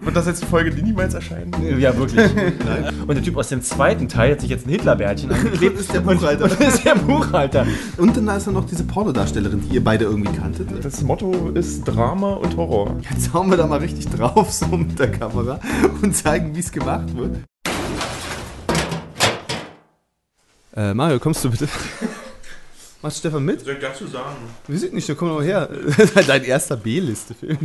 Wird das jetzt die Folge, die niemals erscheinen? Ja, wirklich. Und der Typ aus dem zweiten Teil hat sich jetzt ein Hitlerbärtchen angeklebt. Das ist der Buchhalter. Und, und ist der Buchhalter. Und dann ist da noch diese Pornodarstellerin, die ihr beide irgendwie kanntet. ne? Das Motto ist Drama und Horror. Jetzt hauen wir da mal richtig drauf, so mit der Kamera, und zeigen, wie es gemacht wird. Äh, Mario, kommst du bitte? Macht Stefan mit? Soll ich dazu sagen? Wir sind nicht, komm doch her. Das ist halt dein erster B-Liste-Film.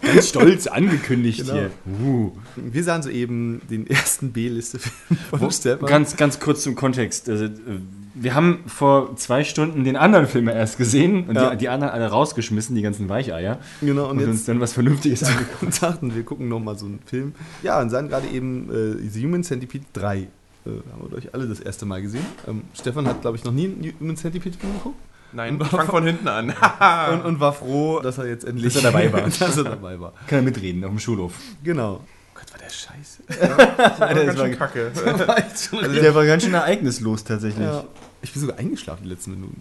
Ganz stolz angekündigt Genau. Wir sahen soeben den ersten B-Liste-Film von Stefan. Ganz, ganz kurz zum Kontext. Also, äh, wir haben vor zwei Stunden den anderen Film erst gesehen und Ja. die, die anderen alle rausgeschmissen, die ganzen Weicheier. genau, Und, uns dann was Vernünftiges angeguckt. und dachten, wir gucken nochmal so einen Film. Ja, und sahen gerade eben äh, The Human Centipede 3. Äh, haben wir, glaube ich, alle das erste Mal gesehen. Ähm, Stefan hat, glaube ich, noch nie einen Human Centipede-Film geguckt Nein, ich fang von hinten an. und, und war froh, dass er jetzt endlich Dass er dabei war. dass er dabei war. Kann er mitreden auf dem Schulhof. Genau. Gott, war der scheiße. das das ist war- schon kacke. Also der war ganz schön ereignislos tatsächlich. Ja. Ich bin sogar eingeschlafen die letzten Minuten.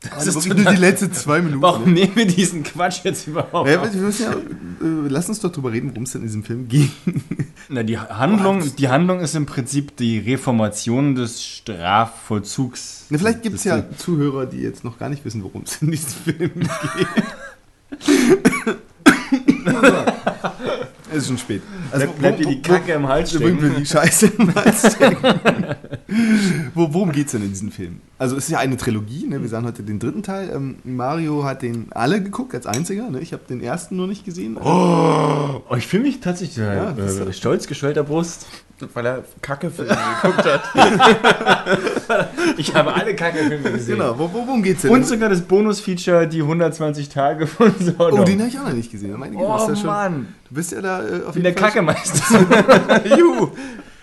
Das Also ist wirklich nur total- die letzten zwei Minuten. Warum nehmen wir diesen Quatsch jetzt überhaupt? Ja, auf? wir müssen ja, äh, lass uns doch drüber reden, worum es denn in diesem Film ging. Na, die Handlung, die Handlung ist im Prinzip die Reformation des Strafvollzugs. Na, vielleicht gibt es Das- ja Zuhörer, die jetzt noch gar nicht wissen, worum es in diesem Film geht. es ist schon spät. Also, Bleibt bleibt dir die Kacke im Hals wo, wo, stecken. wo, die Scheiße im Hals stecken. wo, Worum geht es denn in diesem Film? Also es ist ja eine Trilogie, ne? wir sahen heute den dritten Teil. Ähm, Mario hat den alle geguckt, als einziger. Ne? Ich habe den ersten nur nicht gesehen. Oh, ich fühle mich tatsächlich Ja, das äh, stolz geschwellter Brust. Weil er Kacke-Filme geguckt hat. Ich habe alle Kackefilme gesehen. Genau, wo, wo, worum geht's denn? Und sogar das Bonus-Feature, die 120 Tage von Sodom. oh, den habe ich auch noch nicht gesehen. Meine Güte, du hast ja schon- Oh, Mann. Du bist ja da äh, auf Ich bin der Fall- Kackemeister. Juhu.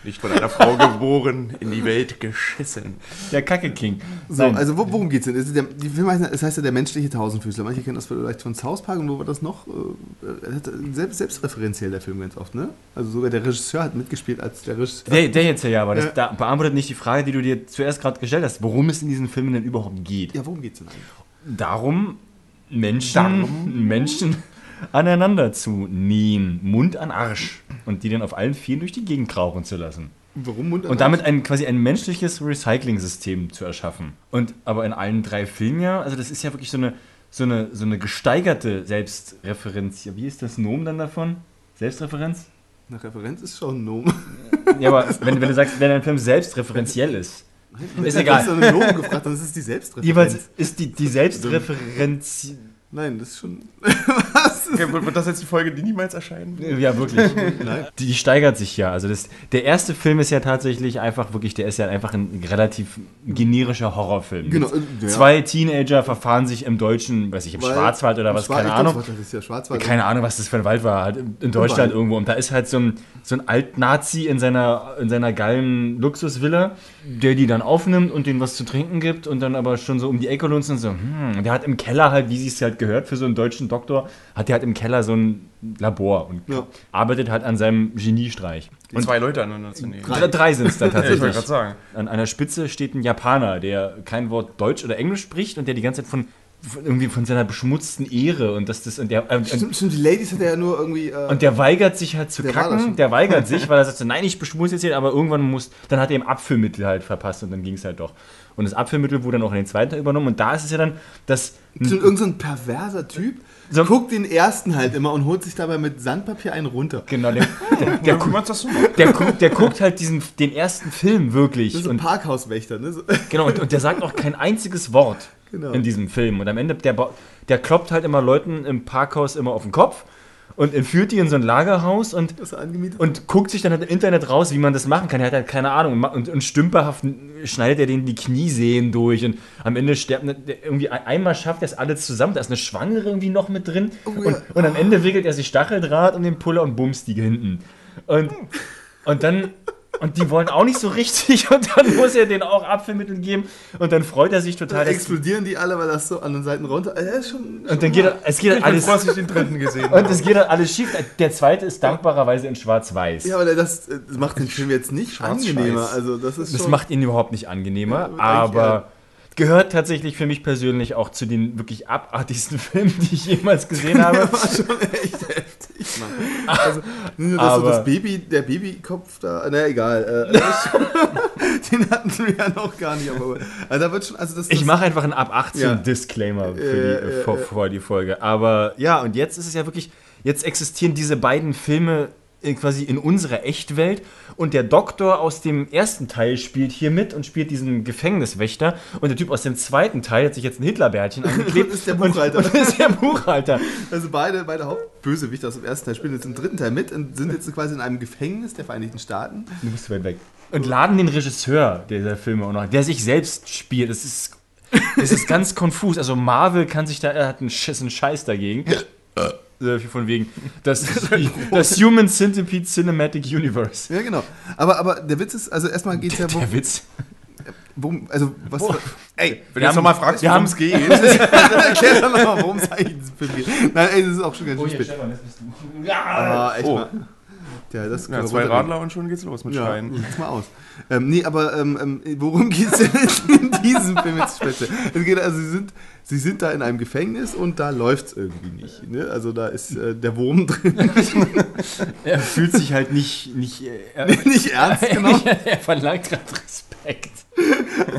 Nicht von einer Frau geboren, in die Welt geschissen. der Kacke-King. So, Nein. also wo, worum geht's denn? Es ist der, die Filme heißen, es heißt ja der menschliche Tausendfüßler. Manche kennen das vielleicht von South Park und wo war das noch? Äh, hat- Selbst, selbstreferenziell der Film ganz oft, ne? Also sogar der Regisseur hat mitgespielt als der Regisseur. der, der jetzt hier, aber das Ja. da beantwortet nicht die Frage, die du dir zuerst gerade gestellt hast, worum es in diesen Filmen denn überhaupt geht. Ja, worum geht's denn eigentlich? Darum, Menschen, Darum. Menschen aneinander zu nähen, Mund an Arsch. Und die dann auf allen Vieren durch die Gegend krauchen zu lassen. Warum Mund an Und damit ein, quasi ein menschliches Recycling-System zu erschaffen. Und aber in allen drei Filmen ja, also das ist ja wirklich so eine, so eine, so eine gesteigerte Selbstreferenz. Ja, Wie ist das Nomen dann davon? Selbstreferenz? Eine Referenz ist schon ein Nomen. Ja, aber wenn, wenn du sagst, wenn ein Film selbstreferenziell ist. Ist egal. Wenn du nach einem Nomen gefragt, dann ist es die Selbstreferenz. Jeweils ist die, die Selbstreferenz. Nein, das ist schon... Okay, wird wird das jetzt die Folge, die niemals erscheinen? Ja, wirklich. Nein. Die, die steigert sich ja. Also das, der erste Film ist ja tatsächlich einfach wirklich, der ist ja einfach ein relativ generischer Horrorfilm. Genau, äh, ja. Zwei Teenager verfahren sich im deutschen, weiß ich, im Weil- Schwarzwald oder was, Schwar- keine ich glaub, Ahnung. Schwarzwald ist ja Schwarzwald. Keine Ahnung, was das für ein Wald war, halt in in Deutschland Wald. irgendwo. Und da ist halt so ein, so ein Alt-Nazi in seiner, in seiner geilen Luxusvilla, der die dann aufnimmt und denen was zu trinken gibt und dann aber schon so um die Ecke lunzt und so, hm, und der hat im Keller halt, wie sie es halt gehört für so einen deutschen Doktor, hat der halt im Keller so ein Labor und Ja. arbeitet halt an seinem Geniestreich. Und zwei Leute aneinander zu nehmen. Drei, drei sind es da Ja, ich wollte tatsächlich. gerade sagen. An einer Spitze steht ein Japaner, der kein Wort Deutsch oder Englisch spricht und der die ganze Zeit von, von irgendwie von seiner beschmutzten Ehre und dass das und der äh, und, Stimmt, stimmt, die Ladies hat er ja nur irgendwie... Äh, und der weigert sich halt zu Der war das kacken, schon. der weigert sich, weil er sagt so, nein, ich beschmutze jetzt hier, aber irgendwann muss, dann hat er ihm Abführmittel halt verpasst und dann ging es halt doch. Und das Abführmittel wurde dann auch in den zweiten Teil übernommen und da ist es ja dann, dass So, irgend so ein perverser Typ So- guckt den ersten halt immer und holt sich dabei mit Sandpapier einen runter. genau der, der, der, gucken wir gu- uns das so mal. der, guckt, der guckt halt diesen den ersten Film wirklich Das ist ein und Parkhauswächter, ne? So, Genau, und, und der sagt auch kein einziges Wort Genau. in diesem Film. Und am Ende, der, ba- der kloppt halt immer Leuten im Parkhaus immer auf den Kopf und entführt die in so ein Lagerhaus und, das er angemietet. und guckt sich dann halt im Internet raus, wie man das machen kann. Er hat halt keine Ahnung. Und ma- Und, und stümperhaft schneidet er denen die Kniesehnen durch. Und am Ende sterben ne, der- irgendwie ein- einmal schafft er es alles zusammen. Da ist eine Schwangere irgendwie noch mit drin. ja. und, und am Ende wickelt er sich Stacheldraht um den Puller und bumst die hinten. Und, und dann. Und die wollen auch nicht so richtig und dann muss er denen auch Apfelmittel geben und dann freut er sich total. Dann dass- explodieren die alle, weil das so an den Seiten runter. Also, das ist schon, schon Und dann geht er- es geht halt alles Bevor ich den dritten gesehen und habe. es geht halt alles schief. Der zweite ist dankbarerweise in Schwarz-Weiß. ja, aber das, das macht den Film jetzt nicht angenehmer. Schwarz-Scheiß. Also das ist Das schon. macht ihn überhaupt nicht angenehmer, eigentlich, aber gehört tatsächlich für mich persönlich auch zu den wirklich abartigsten Filmen, die ich jemals gesehen habe. schon echt heftig, Mann. Also, nur dass so Aber- das Baby, der Babykopf da, na egal. Äh, den hatten wir ja noch gar nicht. Aber, also da wird schon, also das, das Ich mache einfach einen ab 18 Ja. Disclaimer für Ja, die, ja, vor, ja. vor die Folge. Aber ja, und jetzt ist es ja wirklich, jetzt existieren diese beiden Filme äh, quasi in unserer Echtwelt und der Doktor aus dem ersten Teil spielt hier mit und spielt diesen Gefängniswächter und der Typ aus dem zweiten Teil hat sich jetzt ein Hitlerbärtchen angeklebt Und ist der Buchhalter. und, und ist der Buchhalter. Also beide, beide Hauptbösewichter aus dem ersten Teil spielen jetzt im dritten Teil mit und sind jetzt quasi in einem Gefängnis der Vereinigten Staaten. Du bist weit weg. Und laden den Regisseur dieser Filme auch noch, der sich selbst spielt. Das ist, das ist ganz konfus. Also Marvel kann sich da, er hat einen Schiss, einen Scheiß dagegen. Äh, Von wegen, das, das Human Centipede Cinematic Universe. Ja, genau. Aber, aber der Witz ist, also erstmal geht es ja worum, Der Witz. worum, also was, Ey, wenn Wir du jetzt haben- nochmal fragst, wir worum haben- es geht. erklär doch nochmal, worum es eigentlich in diesem Film geht. Nein, ey, das ist auch schon ganz schön spät. Oh, Stefan, das bist du. Ja. Ah, echt Oh. mal. Ja, das Ja, können wir zwei runternehmen. Radler und schon geht's los mit Ja, Schreien. jetzt mal aus. Ähm, nee, aber ähm, ähm, worum geht es denn in diesem Film jetzt speziell? Es geht, also sie sind, sie sind da in einem Gefängnis und da läuft es irgendwie nicht. Ne? Also da ist äh, der Wurm drin. Er fühlt sich halt nicht. nicht äh, er, nicht ernst genau. genommen. er verlangt gerade Respekt.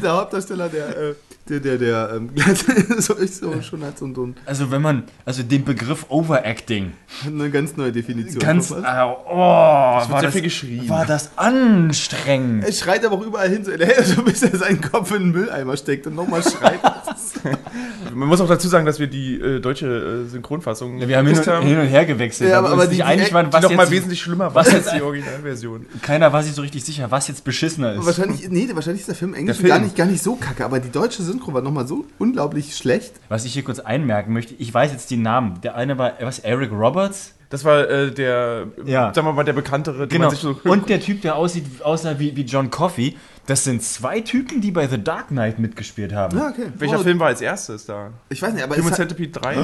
Der Hauptdarsteller, der, äh, der, der, der ähm, so, ich so, schon hat so, ein- so ein- Also, wenn man. Also, den Begriff Overacting. eine ganz neue Definition. Ganz. Oh, verpasst. war, sehr das, viel geschrien. war das anstrengend. Er schreit aber auch überall hin, so, so bis er seinen Kopf in den Mülleimer steckt und nochmal schreit. Man muss auch dazu sagen, dass wir die äh, deutsche äh, Synchronfassung Ja, wir haben hin geguckt und, hin und her gewechselt, weil Ja, wir aber- uns aber nicht die- einig die- waren, die was noch mal jetzt, wesentlich schlimmer war was als jetzt- die Originalversion. keiner war sich so richtig sicher, was jetzt beschissener ist. wahrscheinlich, nee, wahrscheinlich ist der Film Englisch Der Film. Gar, nicht, gar nicht so kacke, aber die deutsche Synchro war nochmal so unglaublich schlecht. Was ich hier kurz einmerken möchte, ich weiß jetzt die Namen. Der eine war, was, Eric Roberts? Das war äh, der, Ja. Genau. sagen wir mal, der bekanntere, den man sich so Und der Typ, der aussieht, aussah wie, wie John Coffey. Das sind zwei Typen, die bei The Dark Knight mitgespielt haben. Ja, okay. Welcher Oh, Film war als erstes da? Ich weiß nicht, aber Human es hat, Ah. Centipede 3?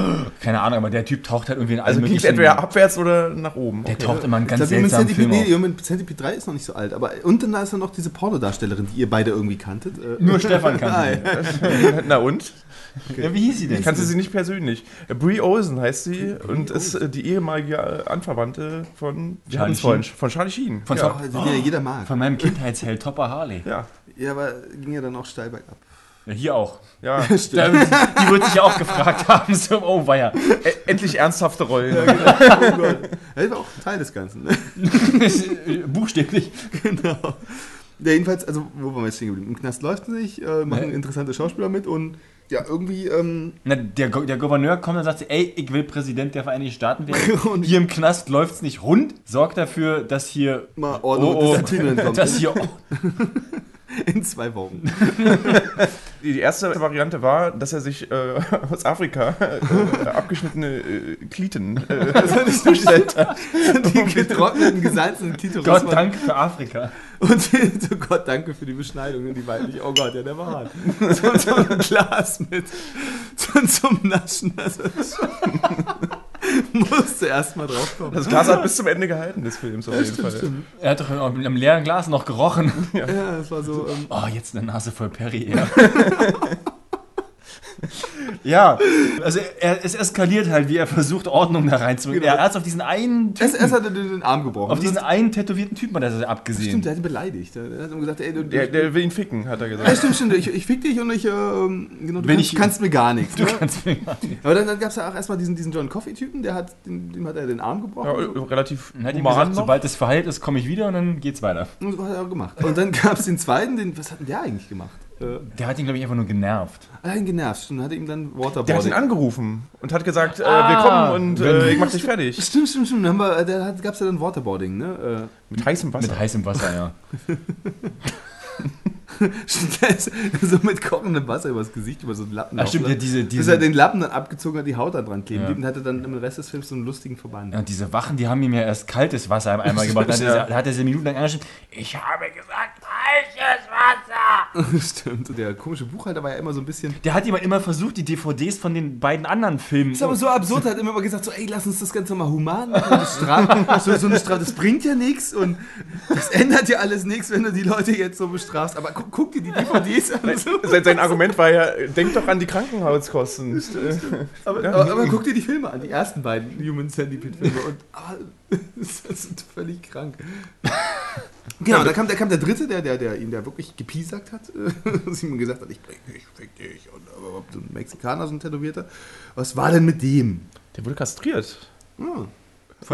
Keine Ahnung, aber der Typ taucht halt irgendwie in allen Also ging es möglichen... entweder abwärts oder nach oben. der Okay. taucht immer in ich ganz glaube, Human seltsamen Centipede, Filmen nee, auf. Human Centipede 3 ist noch nicht so alt, aber und dann da ist dann noch diese Pornodarstellerin, die ihr beide irgendwie kanntet. Äh, Nur Stefan kann ah, sie. ja. Na und? Ja, wie hieß sie denn? Kannst du sie nicht persönlich? Brie Olsen heißt sie und ist äh, die ehemalige äh, Anverwandte von wir Charlie hatten's vorhin schon- von Charlie Sheen. Von ja. Top- Den ja jeder mag. Von meinem Kindheitsheld Topper Harley. ja, Ja, aber ging ja dann auch steil bergab. Ja, hier auch. ja. Da, die wird sich ja auch gefragt haben, so, oh weia. Ä- E- Endlich ernsthafte Rollen. oh Gott. Das war auch Teil des Ganzen. Ne? Buchstäblich. genau. Ja, jedenfalls, also wo waren wir jetzt stehen geblieben? Im Knast läuft es nicht, äh, machen Nee. interessante Schauspieler mit und ja, irgendwie ähm, Na, der, Go- der Gouverneur kommt und sagt, so, ey, ich will Präsident der Vereinigten Staaten werden. Und- hier im Knast läuft's nicht rund. Sorgt dafür, dass hier, mal Ordnung Oh, oh. und Disziplin kommt. dass hier oh in zwei Wochen. Die die erste Variante war, dass er sich äh, aus Afrika äh, abgeschnittene äh, Kliten äh, bestellt hat. Die getrockneten, gesalzenen Titel Gott Dank für Afrika. Und so, Gott, danke für die Beschneidung. Und die weibliche, oh Gott, ja, der war hart. So, so ein Glas mit so, zum Naschen. Also, das ist schon- musste erst mal draufkommen. Das Glas hat bis zum Ende gehalten des Films auf jeden Fall. Er hat doch mit einem leeren Glas noch gerochen. Ja, das war so. Ähm, Oh, jetzt eine Nase voll Perry. Ja. ja, also er, es eskaliert halt, wie er versucht, Ordnung da reinzubringen. Genau. Er hat auf diesen einen Typen, erst, erst hat er den den Arm gebrochen. auf diesen einen tätowierten Typen hat er sich abgesehen. stimmt, der hat ihn beleidigt. Er hat ihm gesagt, ey, du. du Der, der will ihn ficken, hat er gesagt. ja, stimmt, stimmt. Ich, ich fick dich und ich, ähm, genau, du Wenn kannst, ich- kannst mir gar nichts. Du Ne? kannst mir gar nicht. Aber dann, dann gab es ja auch erstmal diesen, diesen John Coffey-Typen, der hat, den, dem hat er den Arm gebrochen. Ja, äh, relativ Dann hat ihm human gesagt, noch. sobald das verheilt ist, komme ich wieder und dann geht's weiter. Und das hat er auch gemacht. Und dann gab es den zweiten, den, was hat denn der eigentlich gemacht? Äh, Der hat ihn, glaube ich, einfach nur genervt. allein genervt. Und hat ihm dann Der hat Waterboarding. ihn angerufen und hat gesagt, äh, Ah, wir kommen und wenn- äh, ich mach dich fertig. Stimmt, stimmt, stimmt. Dann haben wir, da gab es ja dann Waterboarding, ne? Mit heißem Wasser. Mit heißem Wasser, ja. Äh, so mit kochendem Wasser übers Gesicht, über so einen Lappen. Ach, stimmt, ja, laufen lassen. diese, Bis er diese, den Lappen dann abgezogen hat, die Haut dann dran kleben Ja. blieb und hatte dann im Rest des Films so einen lustigen Verband. ja, diese Wachen, die haben ihm ja erst kaltes Wasser im Eimer gebracht. Da hat, Ja. er- da hat er sie minutenlang angeschrieben. Ich habe gesagt, heißes Wasser! stimmt. Und der komische Buchhalter war ja immer so ein bisschen. Der hat immer, immer versucht, die DVDs von den beiden anderen Filmen. Ist aber so absurd, hat immer mal gesagt, so, ey, lass uns das Ganze mal human machen, das Straf, so, so eine Strafe, das bringt ja nichts und das ändert ja alles nichts, wenn du die Leute jetzt so bestrafst. Aber guck guck, guck dir die DVDs an. So. Sein, sein Argument war ja, denk doch an die Krankenhauskosten. Aber, Ja. aber, aber guck dir die Filme an, die ersten beiden Human Centipede-Filme. Und ah, das ist völlig krank. Genau, da kam, da kam der Dritte, der, der, der ihn da wirklich gepiesackt hat. Und ihm gesagt hat, ich bring dich, ich bring dich. Und aber so ein Mexikaner, so ein Tätowierter. Was war denn mit dem? Der wurde kastriert. Hm, Von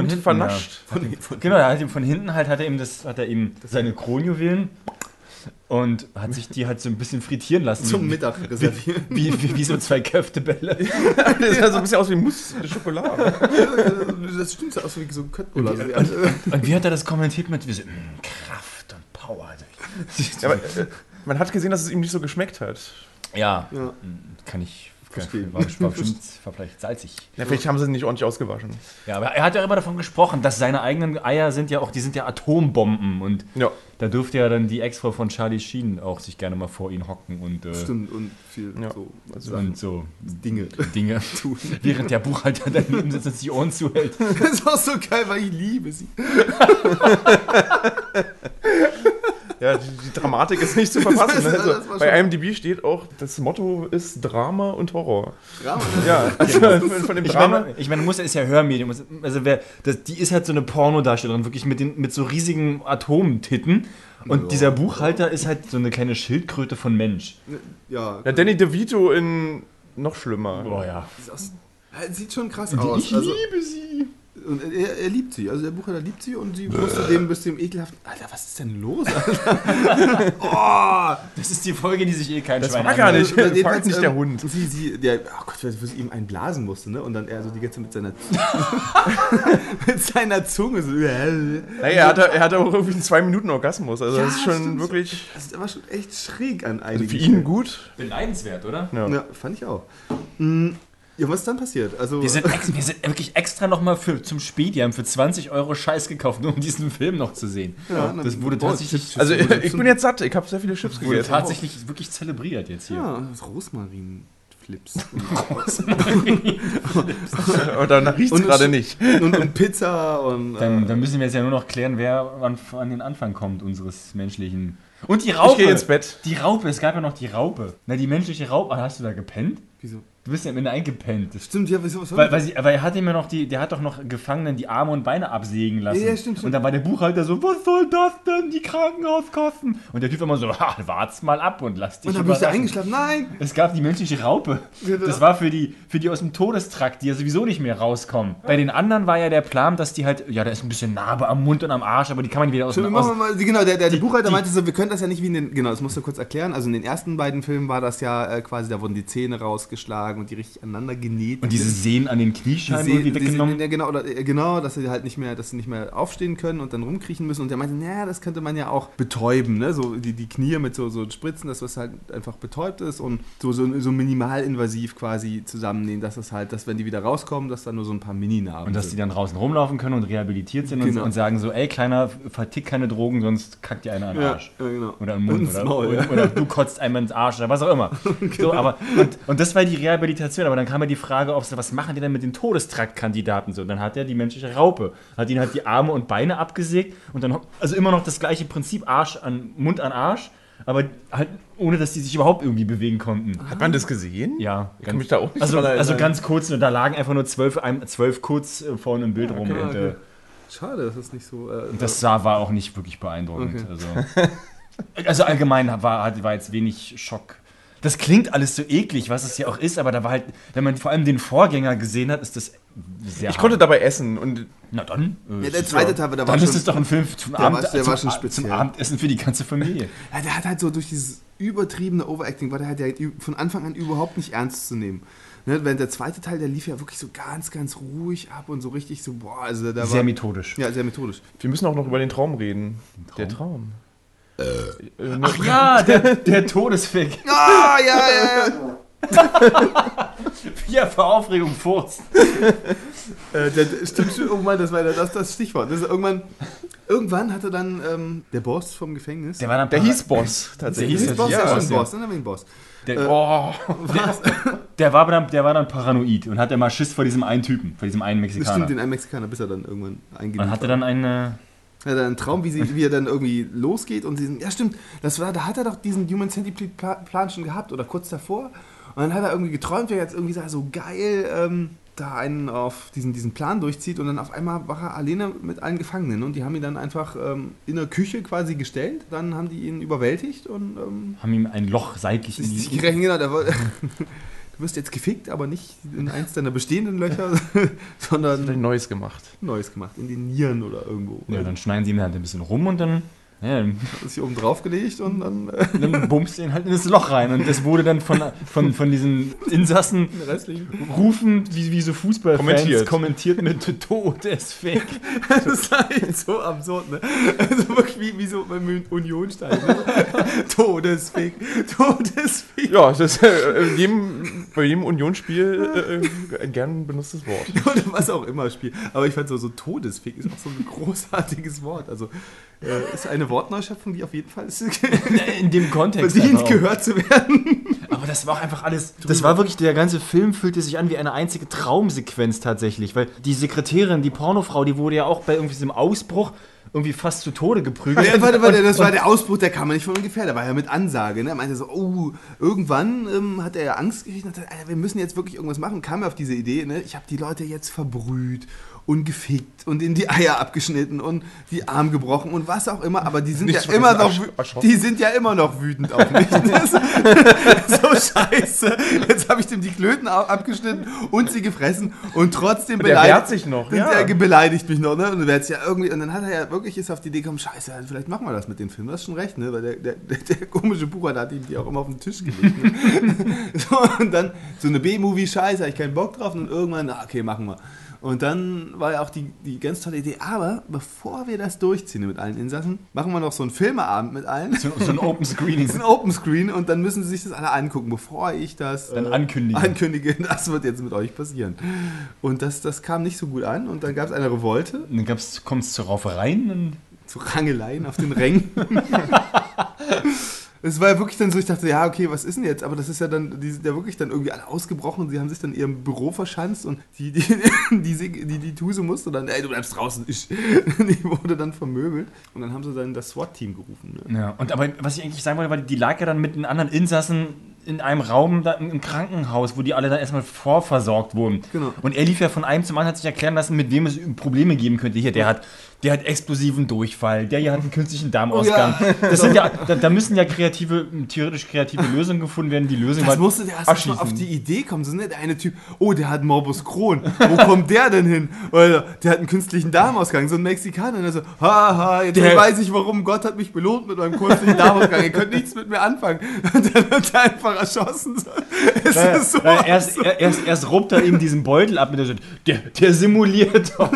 und hinten, vernascht. von, von, Genau, er hat ihm von hinten halt, hat er ihm das, hat er ihm seine Kronjuwelen und hat sich die halt so ein bisschen frittieren lassen. zum wie, Mittag reserviert. wie, wie, wie so zwei Köftebälle. Der sah so ein bisschen aus wie Mousse de Schokolade. Äh, das stimmt so aus wie so ein Köttbullar. Also, die alle- Und wie hat er das kommentiert mit wie so, "Mm, Kraft und Power? Also Ja, aber, äh, man hat gesehen, dass es ihm nicht so geschmeckt hat. Ja, hm, Ja. kann ich Verstehen. War, war bestimmt war vielleicht salzig. Ja, vielleicht haben sie ihn nicht ordentlich ausgewaschen. Ja, aber er hat ja immer davon gesprochen, dass seine eigenen Eier sind ja auch, die sind ja Atombomben und Ja. da dürfte ja dann die Ex-Frau von Charlie Sheen auch sich gerne mal vor ihn hocken und, äh, Stimmt, und viel Ja. also so und so Dinge. Dinge tun. Während der Buchhalter daneben sitzt und die Ohren zuhält. Das ist auch so geil, weil ich liebe sie. Ja, die, die Dramatik ist nicht zu verpassen. Das Ne? ist- das Also, war bei schon- IMDb steht auch, das Motto ist Drama und Horror. Drama. Ja, also von, von dem Ich Drama. meine, ich meine, muss ist ja Hörmedium. Es- Also wer, das, die ist halt so eine Pornodarstellerin, wirklich mit, den, mit so riesigen Atomtitten. Und Ja. dieser Buchhalter ist halt so eine kleine Schildkröte von Mensch. Ja, Ja, Danny DeVito in noch schlimmer. Boah Oh ja. das ist aus- Ja, sieht schon krass aus. ich also, liebe sie. und er, er liebt sie. Also der Buchhalter liebt sie und sie musste dem bis dem ekelhaften. Alter, was ist denn los? Alter? oh, Das ist die Folge, die sich eh kein Das Schwein war gar anhört. nicht, jedenfalls, fragt nicht der ähm, Hund. Sie, sie, der, oh Gott, was was ihm einen blasen musste, ne? Und dann er so die ganze mit seiner mit seiner Zunge so. äh, Naja, er hatte, er hatte auch irgendwie einen zwei Minuten Orgasmus. Also Ja, das ist schon stimmt. wirklich Das ist aber schon echt schräg an also einigen. für Stellen. ihn gut. Beneidenswert, oder? Ja. Ja, fand ich auch. Mm, Ja, was ist dann passiert? Also, Wir sind, ex, wir sind wirklich extra nochmal zum Spediam für 20 Euro Scheiß gekauft, nur um diesen Film noch zu sehen. Ja, ne, oh, das dann- wurde boah, tatsächlich, Also Wurde ich zum- bin jetzt satt, ich habe sehr viele Chips wurde gegessen. tatsächlich wirklich zelebriert jetzt hier. Ja, das Rosmarinflips. Und danach riecht's Und- gerade nicht. und, und Pizza und. Dann, äh, dann müssen wir jetzt ja nur noch klären, wer an, an den Anfang kommt unseres menschlichen. Und die Ich Raupe! gehe ins Bett. Die Raupe, es gab ja noch die Raupe. Na, die menschliche Raupe. Ah, Hast du da gepennt? wieso? Du bist ja am Ende eingepennt. Das Stimmt, ja, wieso? Was soll weil, weil, sie, weil er hat ihm ja noch die, der hat doch noch Gefangenen die Arme und Beine absägen lassen. Ja, ja, stimmt, stimmt. Und dann war der Buchhalter so, was soll das denn? Die Krankenhauskosten. Und der Typ immer so, ha, wart's mal ab und lass dich und dann bin ich da überraschen. eingeschlafen. Nein! Es gab die menschliche Raupe. Das war für die, für die aus dem Todestrakt, die ja sowieso nicht mehr rauskommen. Bei den anderen war ja der Plan, dass die halt, ja, da ist ein bisschen Narbe am Mund und am Arsch, aber die kann man wieder aus Stimmt, wir dem machen aus, wir mal, genau, der, der, der Buchhalter die- meinte so, wir können das ja nicht wie in den. Genau, das musst du kurz erklären. Also in den ersten beiden Filmen war das ja äh, quasi, da wurden die Zähne rausgeschlagen und die richtig aneinander genäht. Und diese Sehnen an den Kniescheiben Die irgendwie sehen- die sehen- weggenommen. ja, genau, oder, äh, genau, dass sie halt nicht mehr, dass sie nicht mehr aufstehen können und dann rumkriechen müssen. Und der meinte, naja, das könnte man ja auch betäuben, ne? So die, die Knie mit so, so Spritzen, dass das halt einfach betäubt ist und so, so, so minimalinvasiv quasi zusammennehmen, dass das halt, dass wenn die wieder rauskommen, dass da nur so ein paar Mini-Narben Und dass die dann draußen rumlaufen können und rehabilitiert sind Genau. und, und sagen so, ey Kleiner, vertick keine Drogen, sonst kackt dir einer an den ja, ja, Arsch. genau. Oder im Mund. Ins Oder, Maul, oder, ja. oder du kotzt einem ins Arsch oder was auch immer. so, aber, und, und das war die Rehabilitation. Aber dann kam ja die Frage, ob, sie- was machen die denn mit den Todestraktkandidaten? So, dann hat er die menschliche Raupe, hat ihn halt die Arme und Beine abgesägt und dann, also immer noch das gleiche Prinzip, Arsch an, Mund an Arsch, aber halt ohne, dass die sich überhaupt irgendwie bewegen konnten. Hat man das gesehen? Ja, Ich kann ganz, mich da auch nicht also, dran also erinnern. ganz kurz, nur da lagen einfach nur zwölf, ein, zwölf kurz äh, vorne im Bild rum. Ah, okay, und, äh, okay. Schade, dass das nicht so. Äh, das sah, war auch nicht wirklich beeindruckend. Okay. Also, also allgemein war, hat- war jetzt wenig Schock. Das klingt alles so eklig, was es ja auch ist, aber da war halt, wenn man vor allem den Vorgänger gesehen hat, ist das sehr. Ich konnte dabei essen und Na dann. äh, ja, der ist zweite ja- Teil war da war Dann ist schon. es doch ein Film zum, Der war- Abend, der zum, war schon A- speziell. zum Abendessen für die ganze Familie. Ja, der hat halt so durch dieses übertriebene Overacting, war der halt ja von Anfang an überhaupt nicht ernst zu nehmen. Ne, während der zweite Teil, der lief ja wirklich so ganz, ganz ruhig ab und so richtig so, boah, also da war. Sehr methodisch. ja, sehr methodisch. wir müssen auch noch über den Traum reden. Der Traum. Äh, ne? Ach ja, der, der Todesfick. Ah, ja, ja, ja. Ja, vor Aufregung furzt. Äh, der, der, stimmt, stimmt, oh Mann, das war ja das, das Stichwort. Das ist irgendwann, irgendwann hatte dann ähm, der Boss vom Gefängnis. Der war dann Der hieß Boss tatsächlich. hieß der Boss, Äh, ja, der war Boss, schon ja. Boss, dann haben wir den Boss. Der, Oh, Der war, aber dann, der war dann paranoid und hatte mal Schiss vor diesem einen Typen, vor diesem einen Das Mexikaner. stimmt, den einen Mexikaner, bis er dann irgendwann und eingeliefert hatte dann eine Er hat einen Traum, wie, sie, wie er dann irgendwie losgeht und sie sind, ja stimmt, das war, da hat er doch diesen Human Centipede Pla- Plan schon gehabt oder kurz davor. Und dann hat er irgendwie geträumt, wie er jetzt irgendwie so geil ähm, da einen auf diesen, diesen Plan durchzieht und dann auf einmal war er alleine mit allen Gefangenen und die haben ihn dann einfach ähm, in der Küche quasi gestellt, dann haben die ihn überwältigt und ähm, Haben ihm ein Loch seitlich in ist nicht die... gerechnet, er wollte- Du wirst jetzt gefickt, aber nicht in eins deiner bestehenden Löcher, Hat er sondern Neues gemacht. Neues gemacht, in den Nieren oder irgendwo. Ja, dann schneiden sie ihm halt ein bisschen rum und dann... Ja, ist hier oben drauf gelegt und dann äh, dann bummst du ihn halt in das Loch rein. Und das wurde dann von, von, von diesen Insassen den restlichen. rufend, wie, wie so Fußballfans, Kommentiert. kommentiert, mit Tod, der ist fake. Das ist halt so absurd, ne? Also wirklich wie, wie so beim Unionstadion. ne? Todesfick, Todesfick. Ja, das ist äh, in jedem, bei jedem Unionsspiel äh, ein gern benutztes Wort. Oder was auch immer Spiel. Aber ich fand so, so Todesfick ist auch so ein großartiges Wort. Also äh, ist eine Wortneuschöpfung, die auf jeden Fall ist In dem Kontext. verdient einfach auch. gehört zu werden. Aber das war auch einfach alles. Das war wirklich, der ganze Film fühlte sich an wie eine einzige Traumsequenz tatsächlich. Weil die Sekretärin, die Pornofrau, die wurde ja auch bei irgendwie diesem Ausbruch irgendwie fast zu Tode geprügelt. Ja, warte, warte, Und- das war und- der Ausbruch, der kam ja nicht von ungefähr, der war ja mit Ansage, ne? Er meinte so, oh, irgendwann ähm, hat er ja Angst gekriegt und hat gesagt, Alter, wir müssen jetzt wirklich irgendwas machen. Kam er auf diese Idee, ne? Ich habe die Leute jetzt verbrüht und gefickt und in die Eier abgeschnitten und die Arme gebrochen und was auch immer, aber die sind Nichts ja vergessen, immer noch ersch- wü- erschrocken. die sind ja immer noch wütend auf mich. Das, so scheiße. Jetzt habe ich dem die Klöten au- abgeschnitten und sie gefressen und trotzdem Der beleidigt- wehrt sich noch, und ja. Er ge- beleidigt mich noch, ne? Und, werd's ja irgendwie, und dann hat er ja wirklich ist auf die Idee gekommen, scheiße, vielleicht machen wir das mit dem Film. Du hast schon recht, ne? Weil der, der, der, der komische Buchhalter hat ihm die auch immer auf den Tisch gelegt. Ne? so, und dann so eine B-Movie, scheiße, hab ich keinen Bock drauf. Und irgendwann, ah, okay, machen wir. Und dann war ja auch die, die ganz tolle Idee, aber bevor wir das durchziehen mit allen Insassen, machen wir noch so einen Filmeabend mit allen. So, so ein Open Screening. Das ist ein Open Screen und dann müssen sie sich das alle angucken, bevor ich das äh, Dann ankündigen. ankündige. Das wird jetzt mit euch passieren. Und das, das kam nicht so gut an und dann gab es eine Revolte Dann gab's, kommst du rauf rein und zu Rangeleien auf den Rängen. Es war ja wirklich dann so, ich dachte, ja, okay, was ist denn jetzt? Aber das ist ja dann, die sind ja wirklich dann irgendwie alle ausgebrochen. Sie haben sich dann in ihrem Büro verschanzt und die, die, die, die, die, die Tuse musste dann, ey, du bleibst draußen. Ich. Die wurde dann vermöbelt. Und dann haben sie dann das SWAT-Team gerufen. Ne? Ja, und aber was ich eigentlich sagen wollte, war, die lag ja dann mit den anderen Insassen in einem Raum da im Krankenhaus, wo die alle dann erstmal vorversorgt wurden. Genau. Und er lief ja von einem zum anderen, hat sich erklären lassen, mit wem es Probleme geben könnte. Hier, der hat, der hat explosiven Durchfall, der hier hat einen künstlichen Darmausgang. Oh Das sind ja, da, da müssen ja kreative, theoretisch kreative Lösungen gefunden werden. Die Lösung Das musste der erst mal abschließen. auf die Idee kommen. So, ne, der eine Typ, oh, der hat Morbus Crohn. Wo kommt der denn hin? Oder der hat einen künstlichen Darmausgang. So ein Mexikaner. Und er so, haha, jetzt Der- weiß ich warum. Gott hat mich belohnt mit meinem künstlichen Darmausgang. Ihr könnt nichts mit mir anfangen. Und dann wird er einfach erschossen. So, Es Ja, ist so. ja, äh, erst, er- erst, erst ruppt er eben diesen Beutel ab mit der der, der simuliert doch.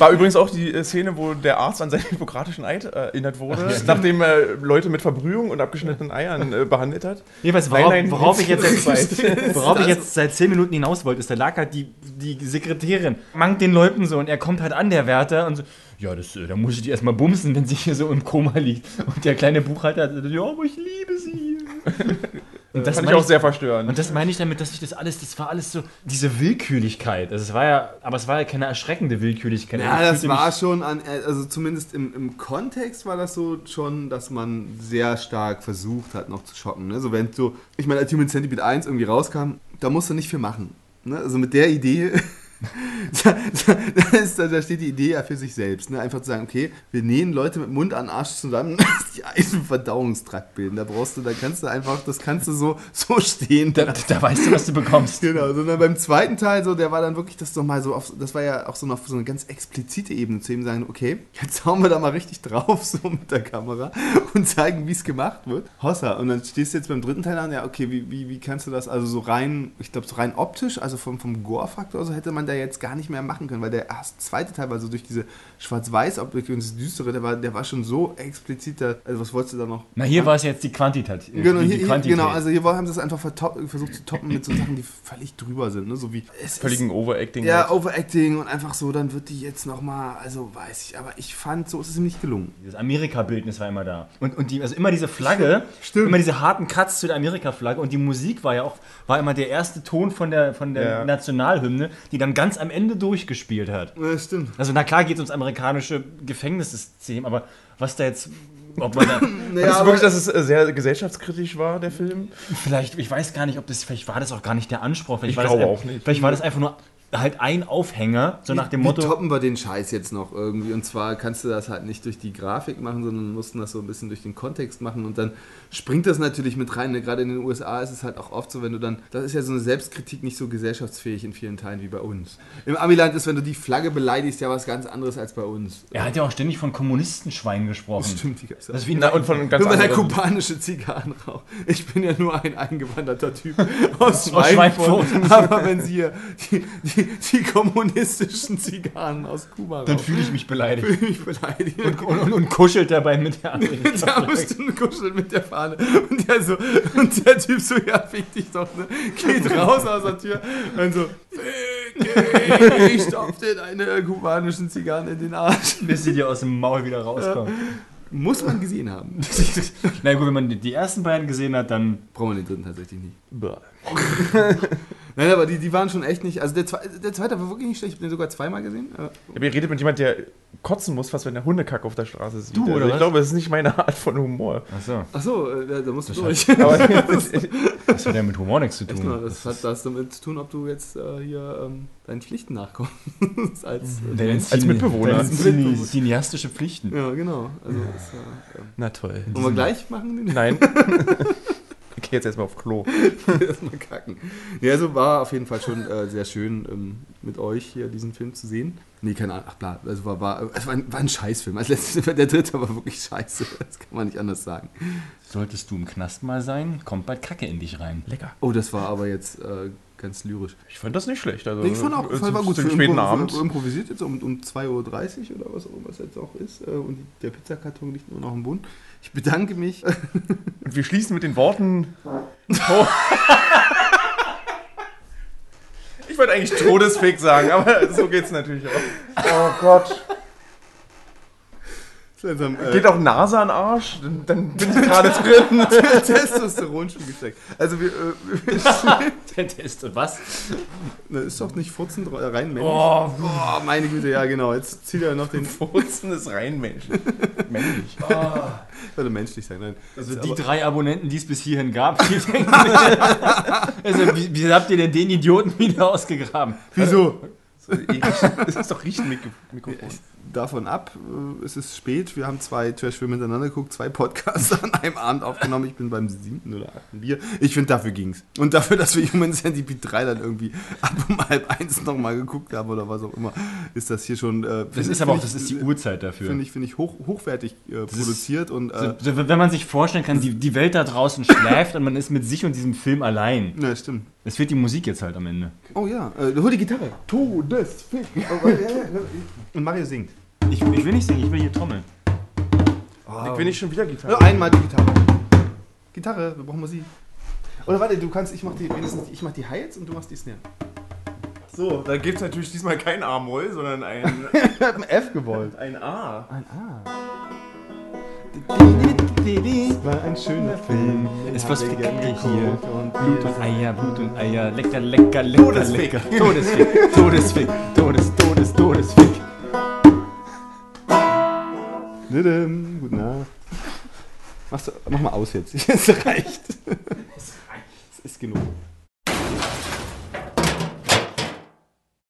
War übrigens auch die äh, Szene, wo der Arzt an seinen hippokratischen Eid äh, erinnert wurde, nachdem er Leute mit Verbrühung und abgeschnittenen Eiern äh, behandelt hat. Jedenfalls, Nein, worauf, nein, worauf, ich jetzt jetzt seit, worauf ich jetzt seit 10 Minuten hinaus wollte, ist, da lag halt die, die Sekretärin, mangt den Leuten so und er kommt halt an, der Wärter, und so, ja, das, äh, da muss ich die erstmal bumsen, wenn sie hier so im Koma liegt. Und der kleine Buchhalter, hat so, ja, aber ich liebe sie. Und Das das, fand ich meine auch ich, sehr verstörend. und das meine ich damit, dass ich das alles, das war alles so, diese Willkürlichkeit. Also es war ja, aber es war ja keine erschreckende Willkürlichkeit. Also, Ja, Ich das fühlte mich- war schon an, also zumindest im, im Kontext war das so schon, dass man sehr stark versucht hat, noch zu schocken. Ne? So wenn so, ich meine, als Human Centipede 1 irgendwie rauskam, da musst du nicht viel machen. Ne? Also mit der Idee, da, da, da, ist, da steht die Idee ja für sich selbst. Ne? Einfach zu sagen, okay, wir nähen Leute mit Mund an Arsch zusammen, dass die einen Verdauungstrakt bilden. Da brauchst du, da kannst du einfach, das kannst du so, so stehen. da, da weißt du, was du bekommst. Genau, sondern beim zweiten Teil, so, der war dann wirklich das nochmal so auf, das war ja auch so noch so eine ganz explizite Ebene zu ihm sagen, okay, jetzt hauen wir da mal richtig drauf, so mit der Kamera und zeigen, wie es gemacht wird. Hossa, und dann stehst du jetzt beim dritten Teil an, ja, okay, wie, wie, wie kannst du das, also so rein, ich glaube, so rein optisch, also vom, vom Gore-Faktor, so hätte man da jetzt gar nicht mehr machen können, weil der erste, zweite Teil war so durch diese Schwarz-Weiß-Optik und das Düstere, der war, der war schon so explizit, da- also was wolltest du da noch Na, hier war es jetzt die Quantität. äh, Genau, die hier, hier, Quantität. genau, also hier haben sie es einfach vertop- versucht zu toppen mit so Sachen, die völlig drüber sind, ne? So wie es Völligen Overacting. halt. ist, ja, Overacting und einfach so, dann wird die jetzt nochmal, also weiß ich, aber ich fand, so ist es ihm nicht gelungen. Dieses Amerika-Bildnis war immer da. Und, und die, also immer diese Flagge, immer diese harten Cuts zu der Amerika-Flagge und die Musik war ja auch, war immer der erste Ton von der, von der Ja. Nationalhymne, die dann ganz am Ende durchgespielt hat. Ja, stimmt. Also, na klar geht es ums amerikanische Gefängnissystem, aber was da jetzt. Ob man da, Naja, ist aber- wirklich, dass es äh, sehr gesellschaftskritisch war, der Film? vielleicht, ich weiß gar nicht, ob das, vielleicht war das auch gar nicht der Anspruch. Vielleicht Ich war glaube das, auch nicht. Vielleicht war das einfach nur halt ein Aufhänger, so nach dem Wie Motto. toppen wir den Scheiß jetzt noch irgendwie? Und zwar kannst du das halt nicht durch die Grafik machen, sondern mussten das so ein bisschen durch den Kontext machen und dann springt das natürlich mit rein. Ne? Gerade in den USA ist es halt auch oft so, wenn du dann, das ist ja so eine Selbstkritik nicht so gesellschaftsfähig in vielen Teilen wie bei uns. Im Amiland ist, wenn du die Flagge beleidigst, ja was ganz anderes als bei uns. Er hat ja auch ständig von Kommunistenschwein gesprochen. Stimmt, die gab's auch. Hm. Das ist wie Na, und von ganz Nur weil der anderen- kubanische Zigarrenrauch. Ich bin ja nur ein eingewanderter Typ aus Aus Schweinfurt. Schweinfurt. Aber wenn sie hier die, die, die kommunistischen Zigarren aus Kuba Dann rauchen, fühle ich mich beleidigt. will ich mich beleidigen. Und, und, und kuschelt dabei mit der anderen. da musst du kuscheln mit der Fahne. Und der, so, und der Typ so, ja, fick dich doch, ne? Geht raus aus der Tür. Und so, fick dich, ich stopf dir deine kubanischen Zigarren in den Arsch. Bis sie dir aus dem Maul wieder rauskommen. Muss man gesehen haben. Na gut, wenn man die- die ersten beiden gesehen hat, dann. Braucht man den dritten tatsächlich nicht. Nein, aber die, die waren schon echt nicht. Also der, zwe- der zweite war wirklich nicht schlecht. Ich habe den sogar zweimal gesehen. äh, aber- Aber ihr redet mit jemandem, der kotzen muss, fast wenn der Hundekacke auf der Straße sieht. Also Du, oder ich was? glaube, das ist nicht meine Art von Humor. Achso, Achso, äh, da, da musst du Das durch. Aber ich, das hat ja mit Humor nichts zu Echt tun. mal, das hat das damit zu tun, ob du jetzt äh, hier ähm, deinen Pflichten nachkommst. als, äh, Deine Zine- Mitbewohner. deine Als Zine- Mitbewohner. Cineastische Pflichten. ja, genau. Also, das, äh, ähm, na toll. wollen wir gleich machen? Den Nein. Ich gehe jetzt erstmal auf Klo. erstmal kacken. Ja, also war auf jeden Fall schon äh, sehr schön, ähm, mit euch hier diesen Film zu sehen. Nee, keine Ahnung, ach bla, also war, war, es war, ein, war ein Scheißfilm. Als letztes, der dritte war wirklich scheiße, das kann man nicht anders sagen. Solltest du im Knast mal sein, kommt bald Kacke in dich rein. Lecker. Oh, das war aber jetzt äh, ganz lyrisch. Ich fand das nicht schlecht. Also, Nee, ich fand auch, äh, es war zu- gut. Zum Für späten Impro- Abend. für Improvisiert jetzt um, um 2.30 Uhr oder was auch immer es jetzt auch ist. äh, Und die- der Pizzakarton liegt nur noch im Boden. Ich bedanke mich. Und wir schließen mit den Worten. ich wollte eigentlich Todesfick sagen, aber so geht's natürlich auch. Oh Gott. Langsam, äh, Geht auch Nase an den Arsch? Dann, dann bin ich gerade drin. Testosteron schon gesteckt. Also wir, äh, Der Test, was? wir ist doch nicht 14 rein männlich. Oh, Oh, meine Güte, ja genau. Jetzt zieht er noch den. Furzen ist rein menschlich. Männlich. Ich sollte menschlich sein. Nein. Also Ist die aber- drei Abonnenten, die es bis hierhin gab, die denken, also wie, wie habt ihr denn den Idioten wieder ausgegraben? Wieso? So eklig. Das ist doch riechen Mikrofon. Davon ab, äh, es ist spät. Wir haben zwei Trashfilme miteinander geguckt, zwei Podcasts an einem Abend aufgenommen. Ich bin beim siebten oder achten Bier. Ich finde, dafür ging's. Und dafür, dass wir Human Centipede 3 dann irgendwie ab um halb eins nochmal geguckt haben oder was auch immer, ist das hier schon. Äh, Das ist aber auch, das ist die Uhrzeit dafür. Finde ich, finde ich hoch, hochwertig äh, ist- produziert und. Äh, So, so, wenn man sich vorstellen kann, die, die Welt da draußen schläft und man ist mit sich und diesem Film allein. na, ne, stimmt. Es wird die Musik jetzt halt am Ende. Oh ja, äh, hol die Gitarre. Todesfick. Oh, ja, ja, ja. Und Mario singt. Ich, ich will nicht singen, ich will hier trommeln. Ich will nicht schon wieder Gitarre. Nur einmal die Gitarre. Gitarre, wir brauchen Musik. Oder warte, du kannst, ich mach die, wenigstens, ich mach die Hi-Hats und du machst die Snare. So, da gibt's natürlich diesmal kein A-Moll, sondern ein, Ich hab ein F gewollt. ein A. Ein A. War ein schöner Film. den Es war haben wir Ficken gern hier. geguckt und Blut wir- und Eier, Blut und Eier, lecker, lecker, lecker, Todesfick. lecker. Todesfick, Todesfick, Todes, Todes, Todesfick. Didim, Gute Nacht. Machst du, mach mal aus jetzt. Es reicht. Es ist genug.